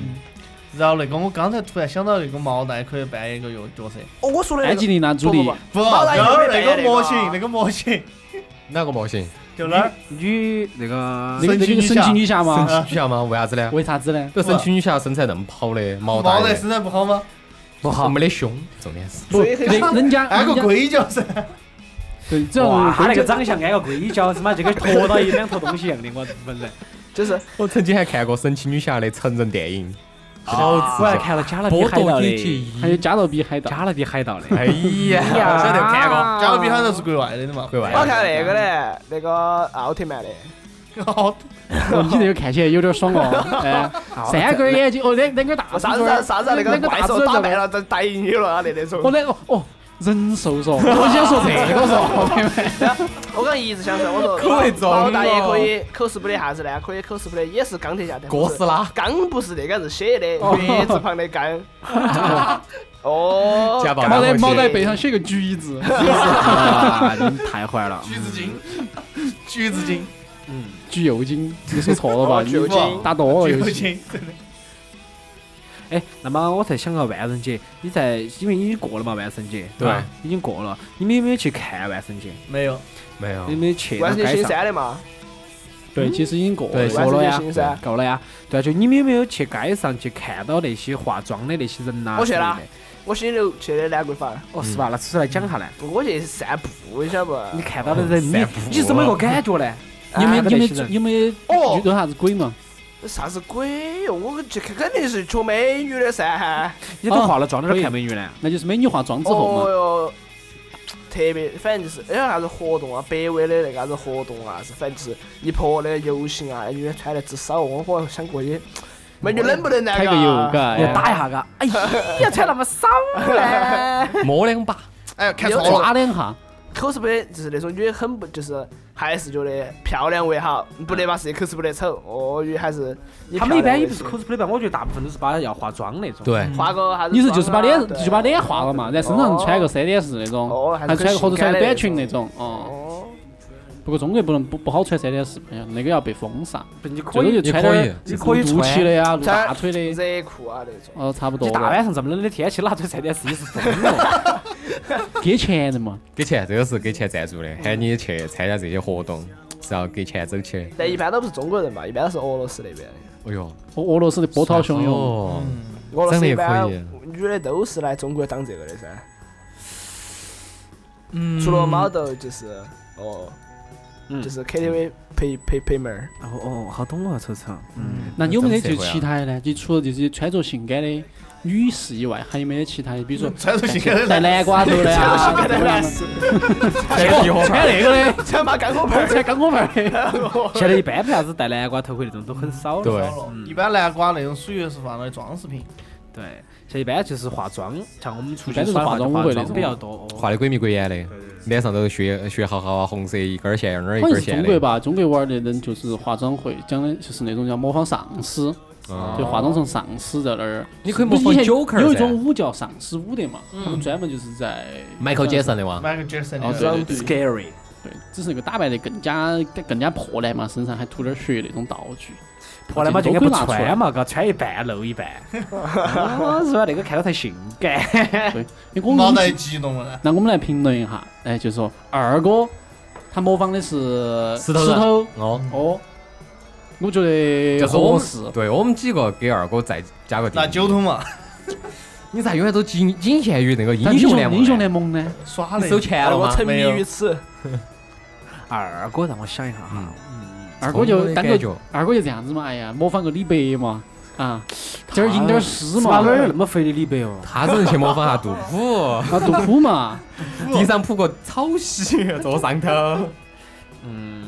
Speaker 1: 然后那个我刚才突然想到那个毛蛋可以扮演一个角角色，
Speaker 13: 哦，我说的那
Speaker 12: 安
Speaker 13: 个
Speaker 12: 吉丽娜朱莉
Speaker 13: 不不
Speaker 1: 不，
Speaker 13: 毛蛋
Speaker 1: 然
Speaker 13: 可
Speaker 1: 后
Speaker 13: 以扮
Speaker 1: 那
Speaker 13: 演那
Speaker 1: 个
Speaker 13: 个
Speaker 1: 模型，那个模型
Speaker 10: 哪个模型？
Speaker 1: 就那儿，
Speaker 12: 嗯
Speaker 8: 女那个
Speaker 12: 那个那个神奇女侠嘛，
Speaker 10: 神奇女侠吗？为啥子呢？
Speaker 12: 为啥子呢？
Speaker 10: 这神奇女侠身材那么跑的，毛
Speaker 1: 毛
Speaker 10: 蛋
Speaker 1: 蛋
Speaker 10: 的
Speaker 1: 身材不好吗？
Speaker 8: 不好，
Speaker 10: 没得胸，重点是
Speaker 8: 不，人人
Speaker 12: 嗯
Speaker 8: 家
Speaker 1: 安个硅胶噻。
Speaker 8: 对，只要
Speaker 12: 哇
Speaker 8: 他
Speaker 12: 那
Speaker 8: 那
Speaker 12: 个
Speaker 8: 个
Speaker 12: 长
Speaker 8: 长相安个硅胶，他妈就跟驮到一两坨东西一样的，我
Speaker 12: *laughs*
Speaker 8: 本人。
Speaker 13: 就是
Speaker 10: 我曾经还看过神奇女侠的成人电影，好刺激
Speaker 12: 我还看了加勒比
Speaker 10: 波
Speaker 12: 海
Speaker 10: 多
Speaker 12: 盗
Speaker 10: 野结
Speaker 12: 的
Speaker 10: 衣，
Speaker 12: 还有加勒比海盗，加
Speaker 8: 勒比海盗
Speaker 12: *laughs*
Speaker 8: 的。
Speaker 10: 哎呀，
Speaker 13: 呀
Speaker 10: 我晓得看过，
Speaker 1: 加勒比海盗是国外的的嘛？
Speaker 10: 国外
Speaker 13: 我看那个嘞，那个奥特曼的，
Speaker 12: 哦你这个看起来有点爽哦，哎，三根眼睛，哦，两两根大
Speaker 13: 我
Speaker 12: 猪
Speaker 13: 啥
Speaker 12: 嘴
Speaker 13: 子
Speaker 12: 儿，
Speaker 13: 啥啥子啊那
Speaker 12: 两
Speaker 13: 个
Speaker 12: 个
Speaker 13: 怪
Speaker 12: 大
Speaker 13: 兽
Speaker 12: 猪
Speaker 13: 打
Speaker 12: 嘴
Speaker 13: 败
Speaker 12: 儿
Speaker 13: 了，打赢你了啊那那种。
Speaker 12: 哦，那哦哦，人兽说，我想说这
Speaker 13: *laughs*
Speaker 12: 个说，
Speaker 13: 我刚一直想说，我说
Speaker 12: 可会装
Speaker 13: 老大爷
Speaker 12: 哦
Speaker 13: 可以 cosplay 啥子呢？可以 cosplay 也是钢铁侠的，
Speaker 10: 哥斯拉。
Speaker 13: 钢不是那个是写的，
Speaker 12: 哦
Speaker 13: 月字旁的 *laughs* 钢。哦，
Speaker 10: 家暴
Speaker 12: 毛在
Speaker 10: 然后
Speaker 12: 毛在
Speaker 10: 写
Speaker 12: 背上写个橘子，
Speaker 8: 啊，你太坏了，
Speaker 1: 橘子 *laughs* 精，橘子精，
Speaker 12: 橘右京，你说错了吧？
Speaker 13: *laughs* 哦橘右京
Speaker 12: 你打多了
Speaker 1: 橘
Speaker 12: 又
Speaker 1: 子
Speaker 12: 是。
Speaker 1: 精，真的。
Speaker 8: 哎，那么我才想到万圣节，你在因为已经过了嘛，万圣节
Speaker 10: 对
Speaker 8: 吧？已经过了，你们有没有去看万圣节？
Speaker 1: 没有，
Speaker 10: 没有
Speaker 8: 你，们有去到
Speaker 13: 万圣节
Speaker 8: 街
Speaker 13: 星
Speaker 8: 上？
Speaker 13: 三的嘛，
Speaker 12: 对，其实已经过了
Speaker 8: 对，。
Speaker 13: 万
Speaker 8: 过
Speaker 13: 圣节
Speaker 8: 了呀
Speaker 13: 星三，
Speaker 8: 够了呀。对啊，就你们有没有去街上去看到那些化妆的那些人呐？
Speaker 13: 我去
Speaker 8: 之类
Speaker 13: 了
Speaker 8: 的。
Speaker 13: 我星期六去的南桂坊，
Speaker 8: 哦，是吧？那出来讲下来，
Speaker 13: 我去散步，你晓得不？
Speaker 8: 你看到的人，你
Speaker 10: 散步
Speaker 8: 你是怎么个感觉呢？
Speaker 12: 你们
Speaker 13: 啊
Speaker 8: 看到那
Speaker 12: 你们
Speaker 8: 些人
Speaker 12: 你们
Speaker 13: 哦
Speaker 12: 遇到啥子鬼嘛？
Speaker 13: 啥子鬼哟！我这肯定是求美女的噻。
Speaker 8: 你都化了妆，在那儿看美女呢？
Speaker 12: 那就是美女化妆之后
Speaker 13: 哦
Speaker 12: 嘛。
Speaker 13: 哟，特别反正就是哎呀啥子活动啊，百威的那个啥子活动啊，是反正就是一泼的游行啊，女的穿得至少我我想过去，美女能不能那啊
Speaker 12: 开个油
Speaker 13: 哦
Speaker 12: 嘎，
Speaker 8: 要打
Speaker 12: 哎
Speaker 8: 一下嘎，哎呀，穿那么少呢，
Speaker 10: 摸两把，
Speaker 1: 哎，看错了，
Speaker 12: 抓两
Speaker 13: 哦
Speaker 12: 下，
Speaker 13: cosplay 就是那种女的很不就是还是觉得漂亮为好，不得把自己 cosplay 丑，我觉得还是以
Speaker 8: 他们一般也不是
Speaker 13: 漂亮为
Speaker 8: cosplay 吧？我觉得大部分都是把要化妆那种。
Speaker 10: 对，
Speaker 13: 主画个啥子妆啊，
Speaker 12: 你是就是把脸
Speaker 13: 对
Speaker 12: 就把脸化了嘛，然后身上穿个三点式那
Speaker 13: 哦
Speaker 12: 种，
Speaker 13: 还
Speaker 12: 还
Speaker 13: 是
Speaker 12: 穿个或者穿个短
Speaker 13: 很性感
Speaker 12: 裙
Speaker 13: 的
Speaker 12: 那种，哦。
Speaker 13: 哦，
Speaker 12: 不过中国不能不不好穿三点式，哎呀，那个要被封杀。
Speaker 8: 不你
Speaker 12: 最多就穿
Speaker 10: 可以
Speaker 12: 点
Speaker 10: 你
Speaker 12: 露肚脐的呀，露大腿的，
Speaker 13: 热裤啊那种，
Speaker 12: 哦，差不多
Speaker 8: 你
Speaker 12: 了。
Speaker 8: 大晚上这么冷的天气，哪穿三点四你是疯了？
Speaker 12: 给钱的嘛，
Speaker 10: 给钱，这个是给钱赞助的，喊你去参加这些活动是要给钱走起的。
Speaker 13: 但一般都不是中国人嘛，一般都是俄罗斯那边的。
Speaker 10: 哎呦，
Speaker 12: 俄俄罗斯的波涛汹涌，
Speaker 10: 哦，
Speaker 13: 俄罗
Speaker 10: 长
Speaker 13: 斯
Speaker 10: 得
Speaker 13: 一
Speaker 10: 也可
Speaker 13: 般
Speaker 10: 以
Speaker 13: 女的都是来中国当这个的噻。嗯，除了毛豆就是哦，
Speaker 8: 嗯
Speaker 13: 就是 KTV 陪陪陪妹儿。
Speaker 11: 哦哦，好懂啊，臭臭。嗯，
Speaker 12: 那有没得
Speaker 10: 咱们
Speaker 12: 就
Speaker 10: 社会啊
Speaker 12: 其他的呢？就除了这些穿着性感的女士以外，还有没得其他的？比如说
Speaker 1: 穿出性感的
Speaker 12: 戴南瓜头
Speaker 1: 哎
Speaker 8: *laughs*
Speaker 12: 的呀，
Speaker 13: 穿
Speaker 8: 穿那个的，
Speaker 13: 想把干果盆
Speaker 12: 穿钢管牌的，
Speaker 8: 现在一般不啥子戴南瓜头盔那种都很少了。
Speaker 10: 对
Speaker 1: 少了。一般南瓜那种属于是放到装饰品，
Speaker 8: 对，现在一般就是化妆，像我们出去
Speaker 12: 一般都是
Speaker 8: 耍
Speaker 12: 化妆
Speaker 8: 妆
Speaker 12: 舞会那种
Speaker 8: 比较多。哦
Speaker 10: 画的鬼迷鬼眼的，脸上都血血好好啊，红色一根儿线，那儿一
Speaker 12: *laughs* 好
Speaker 10: 根
Speaker 12: 像
Speaker 10: 儿
Speaker 12: 是中
Speaker 10: 线
Speaker 12: 国
Speaker 10: 的。
Speaker 12: 吧，中国玩的人就是化妆会，讲的就是那种叫模仿上司，
Speaker 10: 哦
Speaker 12: 就化妆成上司在那儿。
Speaker 10: 你可以模仿
Speaker 12: 以前
Speaker 10: Joker
Speaker 12: 有一
Speaker 10: 噻
Speaker 12: 种舞叫上司舞的嘛，他们专门就是在
Speaker 10: 迈克杰森的哇，
Speaker 1: 买个 Jackson
Speaker 12: 哦，
Speaker 1: 的。
Speaker 12: 对对对，
Speaker 8: Scary，
Speaker 12: 对，只是那个打扮的更加更加破烂嘛，身上还涂点血那种道具。
Speaker 8: 破烂嘛就
Speaker 12: 这
Speaker 8: 应
Speaker 12: 个
Speaker 8: 该
Speaker 12: 都
Speaker 8: 不
Speaker 12: 可以拿出来
Speaker 8: 穿嘛，嘎，穿一半露一半，哦是吧？那个看着才性感。
Speaker 12: 因为我
Speaker 1: 脑
Speaker 12: 们
Speaker 1: 袋激动了呢，
Speaker 12: 那我们来评论一下，哎，就是说二哥他模仿的是
Speaker 10: 石头人哦，
Speaker 12: 哦，我觉得
Speaker 10: 就是我
Speaker 12: 合
Speaker 10: 们
Speaker 12: 适，
Speaker 10: 对我们几个给二哥再加个定
Speaker 1: 拿
Speaker 10: 义
Speaker 1: 酒桶嘛，
Speaker 10: 你咋永远都仅仅限于那个
Speaker 12: 但
Speaker 10: 英雄联盟呢？
Speaker 12: 英雄联盟哎呢？
Speaker 1: 耍
Speaker 10: 你
Speaker 1: 的。
Speaker 10: 收钱了
Speaker 13: 我
Speaker 10: 吗？
Speaker 13: 沉迷
Speaker 1: 没有
Speaker 13: 于此。
Speaker 11: 二哥让我想一下哈，
Speaker 12: 二哥就单
Speaker 10: 感觉
Speaker 12: 个，二哥就这样子嘛，哎呀，模仿个李白嘛，啊，今儿吟点诗
Speaker 8: 是
Speaker 12: 嘛
Speaker 8: 吧？，哪有那么肥的李白哦？
Speaker 10: 他只能去模仿下杜甫，
Speaker 12: 啊，杜甫嘛， *laughs*
Speaker 10: 地上铺个草席坐上头。
Speaker 8: 嗯，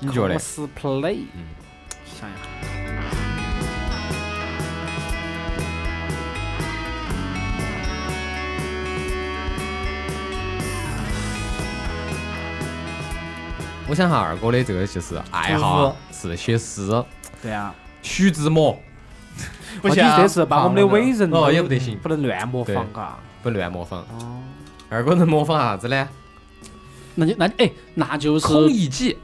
Speaker 10: 你觉得？
Speaker 8: 是 play，
Speaker 10: 嗯
Speaker 8: 想一下。
Speaker 10: 我想哈二哥的这个就是爱好是写诗，
Speaker 8: 对啊，
Speaker 10: 徐志摩
Speaker 1: 不
Speaker 8: 哦
Speaker 1: 行啊，
Speaker 8: 你这是把我们的伟人
Speaker 10: 哦
Speaker 8: 都
Speaker 10: 也不得行
Speaker 8: 不能乱模仿嘎。
Speaker 10: 不乱模仿。二哥能模仿啥子呢？
Speaker 12: 那就那就哎，那就是
Speaker 10: 孔乙己，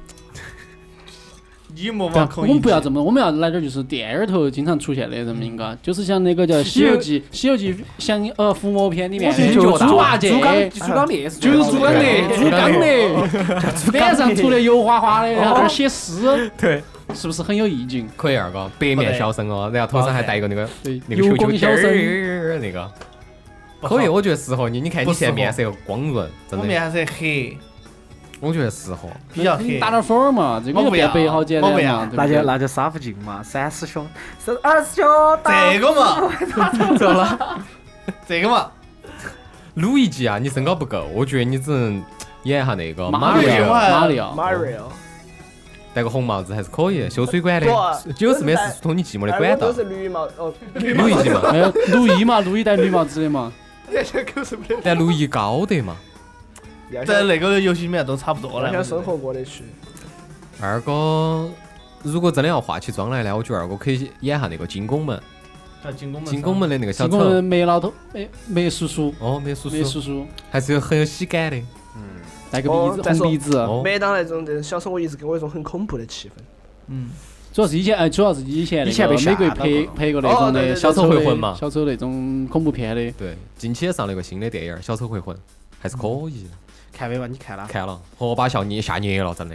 Speaker 1: 你模
Speaker 12: 不
Speaker 1: 仿
Speaker 12: 要
Speaker 1: 孔
Speaker 12: 啊
Speaker 1: 乙
Speaker 12: 我
Speaker 1: 己
Speaker 12: 们不要这么，我们要来点就是电影儿头经常出现的人名嘎，
Speaker 10: 嗯
Speaker 12: 就是像那个叫《西游记》，《西游记》像呃伏魔篇里面
Speaker 10: 觉得
Speaker 12: 就
Speaker 10: 就是
Speaker 12: 猪八戒，
Speaker 8: 猪刚猪刚烈是
Speaker 12: 就是猪刚
Speaker 10: 烈
Speaker 12: *laughs* 鬣，猪刚鬣，脸上涂的油花花的，然后在那儿写诗，
Speaker 10: 对，
Speaker 12: 是不是很有意境？
Speaker 10: 可以二哥，白面小生哦，然后头上还戴一个那个
Speaker 12: 对
Speaker 10: 那个球
Speaker 12: 油
Speaker 10: 球
Speaker 12: 光小生
Speaker 10: 儿那个，可以，我觉得适合你。你看你
Speaker 1: 不适
Speaker 10: 现在
Speaker 1: 合
Speaker 10: 面色光润，真
Speaker 1: 我
Speaker 10: 的，
Speaker 1: 面色黑，
Speaker 10: 我觉得适合。
Speaker 1: 比较黑。
Speaker 12: 嗯打点分儿嘛，这个就变白好简单嘛，
Speaker 11: 那就
Speaker 12: 拿
Speaker 11: 那就杀不进嘛，三师兄，
Speaker 12: 是二师兄
Speaker 1: 这个 *laughs* 嘛，
Speaker 10: 走了，
Speaker 1: 这个嘛，
Speaker 10: 撸一季啊，你身高不够，我觉得你只能演一下那个
Speaker 12: 马
Speaker 10: 里
Speaker 12: 里
Speaker 10: 奥
Speaker 12: 奥，马里
Speaker 11: 哦
Speaker 12: 奥
Speaker 13: 马瑞奥，
Speaker 10: 戴个红帽子还是可以，修水管
Speaker 13: 不
Speaker 10: 的，九四没事是通你寂寞的
Speaker 13: 但
Speaker 10: 管
Speaker 13: 我
Speaker 10: 道
Speaker 13: *laughs* 都。是绿帽哦，
Speaker 10: 路易吉嘛
Speaker 12: 没有哎路易嘛，路易戴绿帽子的嘛，
Speaker 13: *laughs* 这些狗是不得。
Speaker 10: 但路易高得嘛，
Speaker 1: 在那个游戏里面都差不多
Speaker 13: 完
Speaker 1: 了
Speaker 13: 全。生活过得去。
Speaker 10: 二哥，如果真的要化起妆来呢，我觉得二哥可以演下那个金拱门，
Speaker 1: 叫进宫门，
Speaker 10: 金拱门的那个小
Speaker 12: 金工
Speaker 10: 丑
Speaker 12: 人，梅老头，哎，梅叔叔，
Speaker 10: 哦，梅叔叔
Speaker 12: 梅叔叔，
Speaker 10: 还是有很有喜感的。嗯，
Speaker 12: 戴个
Speaker 13: 哦
Speaker 12: 鼻子
Speaker 13: 再说
Speaker 12: 红鼻子，啊
Speaker 13: 每当那种这种小丑，我一直给我一种很恐怖的气氛。
Speaker 1: 嗯，
Speaker 12: 主要是以前，哎，主要是以前
Speaker 13: 以前
Speaker 12: 那
Speaker 13: 被
Speaker 12: 个
Speaker 13: 吓
Speaker 12: 美国
Speaker 13: 到
Speaker 12: 拍
Speaker 13: 过
Speaker 12: 拍过那种
Speaker 13: 哦对对
Speaker 12: 的
Speaker 13: 对
Speaker 12: 小
Speaker 10: 小
Speaker 12: 丑
Speaker 10: 丑回魂
Speaker 12: 的
Speaker 10: 嘛
Speaker 12: 小丑那种恐怖片的，
Speaker 10: 对，近期也上了一个新的电影《小丑回魂》，还是可以的。
Speaker 11: 看没嘛？你看了？
Speaker 10: 看了，和我把笑捏吓捏了，真的。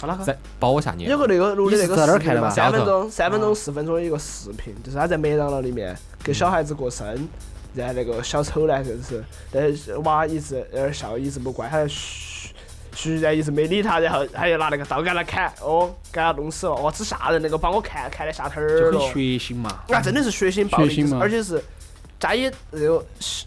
Speaker 11: 好了
Speaker 10: 在把我吓捏
Speaker 13: 啊
Speaker 10: 了。
Speaker 13: 有个那个录的那
Speaker 11: 你是在哪
Speaker 13: 个
Speaker 11: 儿
Speaker 13: 视频
Speaker 11: 看的
Speaker 13: 嘛，
Speaker 11: 吧
Speaker 13: 三分钟、三分钟、四分钟的一个视频，就是他在麦当劳里面给小孩子过生，然后那个小丑呢，就是那娃一直在那儿笑，一直不乖，他在嘘嘘，然后一直没理他，然后他又拿那个刀给他砍，哦，给他弄死了，哇，只吓人那个，把我看看得吓头儿
Speaker 11: 就
Speaker 13: 了
Speaker 11: 很。血腥嘛。
Speaker 13: 那真的是血腥暴力，
Speaker 12: 血
Speaker 13: 就
Speaker 12: 腥
Speaker 13: 是
Speaker 12: 吗
Speaker 13: 而且是加以那种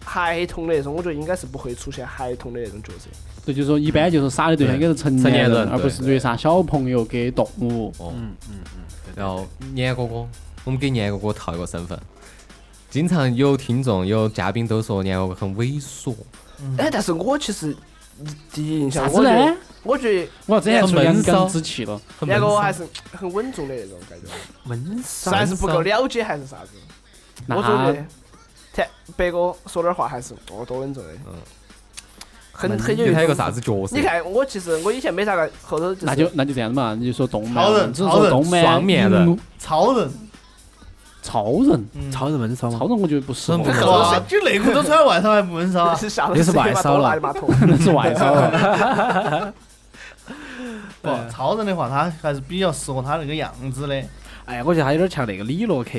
Speaker 13: 孩童的那种，我觉得应该是不会出现孩童的那种角色。
Speaker 12: 对，就是说一般就是杀的对象应该是成
Speaker 10: 成年
Speaker 12: 年
Speaker 10: 人
Speaker 12: 人，而不是虐杀小朋友跟动物。
Speaker 10: 嗯嗯嗯。然后年哥哥，我们给年哥哥套一个身份。经常有听众、有嘉宾都说年哥哥很猥琐，
Speaker 13: 哎，但是我其实第一印象，
Speaker 12: 啥
Speaker 13: 我
Speaker 12: 子
Speaker 13: 觉得
Speaker 12: 嘞？
Speaker 13: 我觉得
Speaker 12: 我之前
Speaker 10: 很
Speaker 12: 出
Speaker 10: 闷
Speaker 12: 杨
Speaker 10: 骚
Speaker 12: 刚之气了，
Speaker 13: 那个我还是很稳重的那种感觉，
Speaker 11: 闷
Speaker 13: 是还是不够了解还是啥子？
Speaker 12: 那
Speaker 13: 我觉得，他别个说点话还是哦多稳重的，
Speaker 10: 嗯，
Speaker 13: 很
Speaker 10: 嗯
Speaker 13: 很有
Speaker 10: 你
Speaker 13: 一
Speaker 10: 还有
Speaker 13: 种
Speaker 10: 个啥子角色
Speaker 13: 你？看我其实我以前没啥个，后头就是 *laughs*
Speaker 12: 那就那就这样子嘛，你就说动漫
Speaker 1: 超，人
Speaker 12: 只是
Speaker 1: 超
Speaker 12: 说
Speaker 1: 人
Speaker 12: 动漫
Speaker 10: 双面人
Speaker 12: 嗯
Speaker 1: 超人，
Speaker 12: 超人，
Speaker 11: 超人闷骚吗
Speaker 12: 超？人我觉得不适合
Speaker 10: 真不，
Speaker 13: 那
Speaker 1: 嗯
Speaker 12: *laughs*
Speaker 10: 能
Speaker 13: 后头
Speaker 1: 哇，就内裤都穿外头还不闷骚啊？
Speaker 13: 是下
Speaker 11: 那是外烧了
Speaker 13: 马桶，
Speaker 12: 那是外烧了。
Speaker 1: 不，超人的话，他还是比较适合他那个样子的。
Speaker 11: *laughs* 哎，我觉得他有点像那个李
Speaker 1: *laughs*
Speaker 11: 洛克。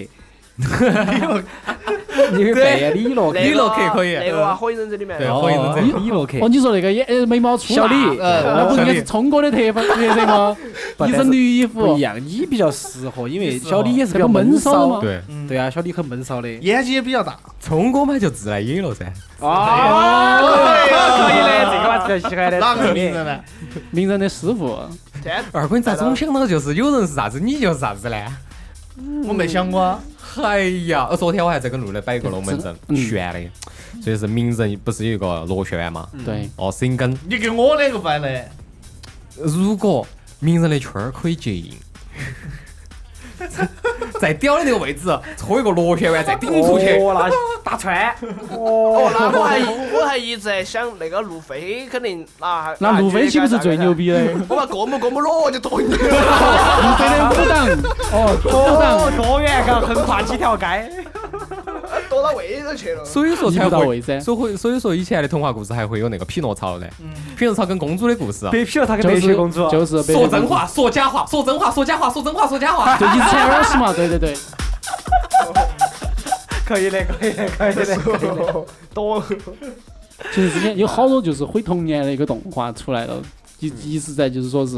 Speaker 11: 你会扮演啊李洛克？
Speaker 13: 那个
Speaker 10: 李洛克可以
Speaker 13: 那个啊，火影忍者里面
Speaker 10: 对，
Speaker 13: 哦
Speaker 10: 火影忍者。
Speaker 11: 李洛克
Speaker 12: 哦，。你说那个也呃眉毛粗
Speaker 11: 小
Speaker 12: 大
Speaker 11: 李
Speaker 1: 呃
Speaker 12: 那不应该
Speaker 10: 小
Speaker 12: 是
Speaker 10: 李
Speaker 12: 聪哥的特本特色吗？
Speaker 11: *laughs* 不但
Speaker 12: 一
Speaker 11: 是
Speaker 12: 身绿衣
Speaker 11: 不
Speaker 12: 服
Speaker 11: 一，样，你比较适合，因
Speaker 1: 你
Speaker 11: 为
Speaker 1: 适合
Speaker 11: 小李也是比
Speaker 12: 这
Speaker 11: 较
Speaker 12: 不
Speaker 11: 闷
Speaker 12: 闷骚
Speaker 11: 骚
Speaker 12: 了吗？
Speaker 10: 对，
Speaker 11: 对啊，小李很闷骚的。
Speaker 1: 眼睛也比较大，
Speaker 10: 聪哥嘛就自来也了噻。
Speaker 1: 哎 *laughs*
Speaker 11: 可以的，这个嘛比较喜欢的。
Speaker 1: 哪个名人呢？
Speaker 12: 名人的师傅，啊
Speaker 13: 天
Speaker 10: 二哥，你咋总想到就是有人是啥子，你就是啥子呢？
Speaker 1: 我没想过啊。
Speaker 10: 哎呀，呃昨天我还在跟路雷摆一个龙门阵，
Speaker 12: 嗯
Speaker 10: 悬的，所以是名人不是有一个螺旋嘛？
Speaker 12: 对，
Speaker 10: 哦，深根。
Speaker 1: 你给我两个摆嘞？
Speaker 10: 如果名人的圈儿可以接应， *laughs* 在屌的那个位置搓一个螺旋丸再顶出去，
Speaker 11: 哦，那大川，
Speaker 13: 哦，那我还我还一直在想那个路飞肯定那
Speaker 12: 那路飞岂不是最牛？逼的？
Speaker 13: 我把过目过目了就剁你了。
Speaker 12: 路飞的武当，哦，武当
Speaker 11: 哦，多远个横跨几条街。
Speaker 13: 躲到位置去了。
Speaker 10: 所以说才
Speaker 12: 一步到
Speaker 10: 会
Speaker 12: 位，噻
Speaker 10: 所以会所以说以前的童话故事还会有那个匹诺曹的，匹诺曹跟公主的故事。啊
Speaker 11: 别批了他跟
Speaker 12: 就
Speaker 11: 白雪
Speaker 12: 是
Speaker 11: 公主。
Speaker 12: 就是白雪
Speaker 10: 说
Speaker 12: 公
Speaker 10: 真
Speaker 12: 主，
Speaker 10: 话，说假话，说真话，说假话，说真话，说假话。
Speaker 12: 就一直踩耳屎嘛，对对对。
Speaker 11: 可以的，可以的，可以
Speaker 13: *laughs*
Speaker 11: 的，可以的。
Speaker 13: 躲
Speaker 12: 其实之前有好多就是毁童年的一个动画出来了，
Speaker 8: 嗯
Speaker 12: 一一直在就是说是，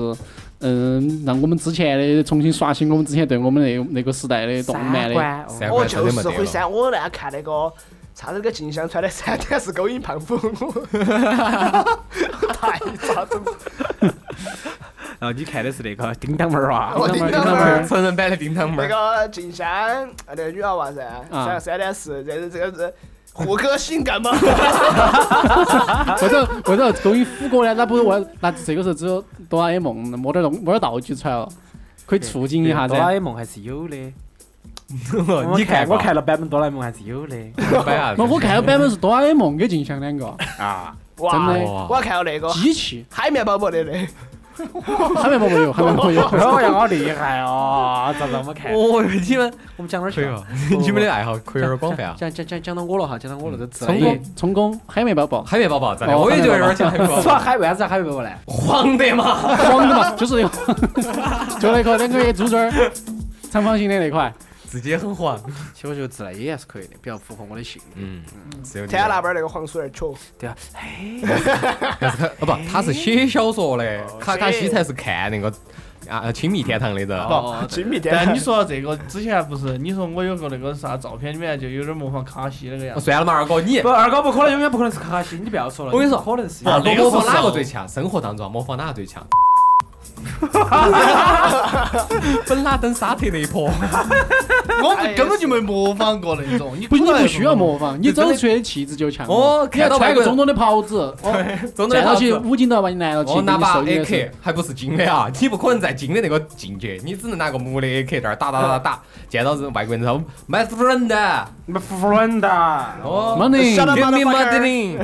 Speaker 12: 嗯，让我们之前的重新刷新我们之前对我们那个那个时代的动漫的。
Speaker 10: 三
Speaker 13: 我
Speaker 10: 观真
Speaker 13: 哦就
Speaker 10: 的没
Speaker 13: 哎是
Speaker 10: 得
Speaker 13: 会
Speaker 10: 了。
Speaker 13: 删，我那看那个啥子个静香川的 *laughs* 三点式勾引胖虎，太抓住了。
Speaker 11: 然后你看的是那个叮当妹儿啊哇，
Speaker 13: *laughs* 我
Speaker 12: 叮当
Speaker 13: 听到
Speaker 12: 妹儿叮当妹
Speaker 13: 了。
Speaker 12: 儿
Speaker 10: 成人版的叮当妹
Speaker 13: 那
Speaker 10: 儿，
Speaker 13: 个静香那个女娃娃噻，三三点式，这是这个是胡歌性感 *laughs* 吗？
Speaker 12: 为啥为啥终于虎哥呢？那不是我那这个时候只有哆啦 A 梦摸点东摸点道具出来了，可以促进一下
Speaker 11: 哆啦
Speaker 12: 噻。
Speaker 11: A 梦还是有的。
Speaker 10: *laughs*
Speaker 8: 哦
Speaker 10: 你
Speaker 11: 看，
Speaker 10: 吧
Speaker 11: 我看了版本哆啦 A 梦还是有的。
Speaker 10: 摆啥子
Speaker 12: 那我看的版本是哆啦 A
Speaker 8: *laughs*
Speaker 12: 梦跟静香两个
Speaker 11: 啊，
Speaker 13: 哇，我还看到那个
Speaker 12: 机器，
Speaker 13: 海绵宝宝的嘞，
Speaker 12: 海绵宝宝有，海绵宝宝
Speaker 8: *laughs*
Speaker 12: 有。
Speaker 8: 哎呀，好厉害哦！咋那么
Speaker 12: *laughs*
Speaker 8: 看？
Speaker 10: 哦，你们
Speaker 8: 我们讲哪儿去
Speaker 11: 啊
Speaker 8: 了？
Speaker 10: 啊
Speaker 11: 哦
Speaker 10: 你们的爱好可有点广泛
Speaker 8: *laughs*
Speaker 10: 啊。
Speaker 8: 讲讲讲讲到我了哈，讲到我了，这职
Speaker 12: 成功，成功，海绵宝宝，
Speaker 10: 海绵宝宝，真的，我也觉得有点像海绵宝
Speaker 8: 说
Speaker 12: *laughs*
Speaker 10: 宝。
Speaker 8: 海为啥子海绵宝宝呢？
Speaker 10: 黄的嘛，
Speaker 12: 黄的嘛，就是那个，就那个两个猪嘴儿，长方形的那块。
Speaker 10: 自己也很黄。
Speaker 8: 其实我觉得自来也还是可以的，比较符合我的性格。
Speaker 10: 嗯，只有你。
Speaker 13: 天那
Speaker 10: *laughs*
Speaker 13: 边那个黄鼠儿球，
Speaker 8: 对啊，哎，
Speaker 10: 但是他啊不，他是写小说的，卡卡西才是看那个啊《亲密天堂》的人。
Speaker 1: 不，
Speaker 13: 亲密
Speaker 1: 但你说到这个之前不是你说我有个那个啥照片里面就有点模仿卡西那个样子？
Speaker 10: 哦算了嘛，二哥你
Speaker 8: 不，。二哥不可能，永远不可能是卡卡西，你不要说了。
Speaker 10: 我跟你说，
Speaker 8: 可能是。
Speaker 10: 二哥模仿哪个最强？生活当中啊模仿哪个最强？本拉登沙特那一波，
Speaker 1: 我们根本就没模仿过那种，哎你
Speaker 12: 不，你
Speaker 1: 过来
Speaker 12: 不需要模仿，你走出去的气质就强了。
Speaker 10: 哦
Speaker 12: 你还
Speaker 10: 看到外
Speaker 12: 穿
Speaker 10: 国
Speaker 12: 个
Speaker 10: 人
Speaker 12: 中东的袍子，哦，
Speaker 10: 真的哦
Speaker 12: 站到
Speaker 10: 好
Speaker 12: 起武警都要把你拦到起，
Speaker 8: 哦
Speaker 10: 我
Speaker 12: 给
Speaker 10: 拿
Speaker 12: 你
Speaker 10: 把
Speaker 12: 收你的
Speaker 10: AK，
Speaker 12: 手。
Speaker 10: 还不是金的啊！你不可能在金的那个境界，你只能拿个木的 AK 在那儿打打打打打，见到人外国人之后买死人的，
Speaker 8: 不服软的。
Speaker 10: 哦
Speaker 12: Money
Speaker 10: give me money，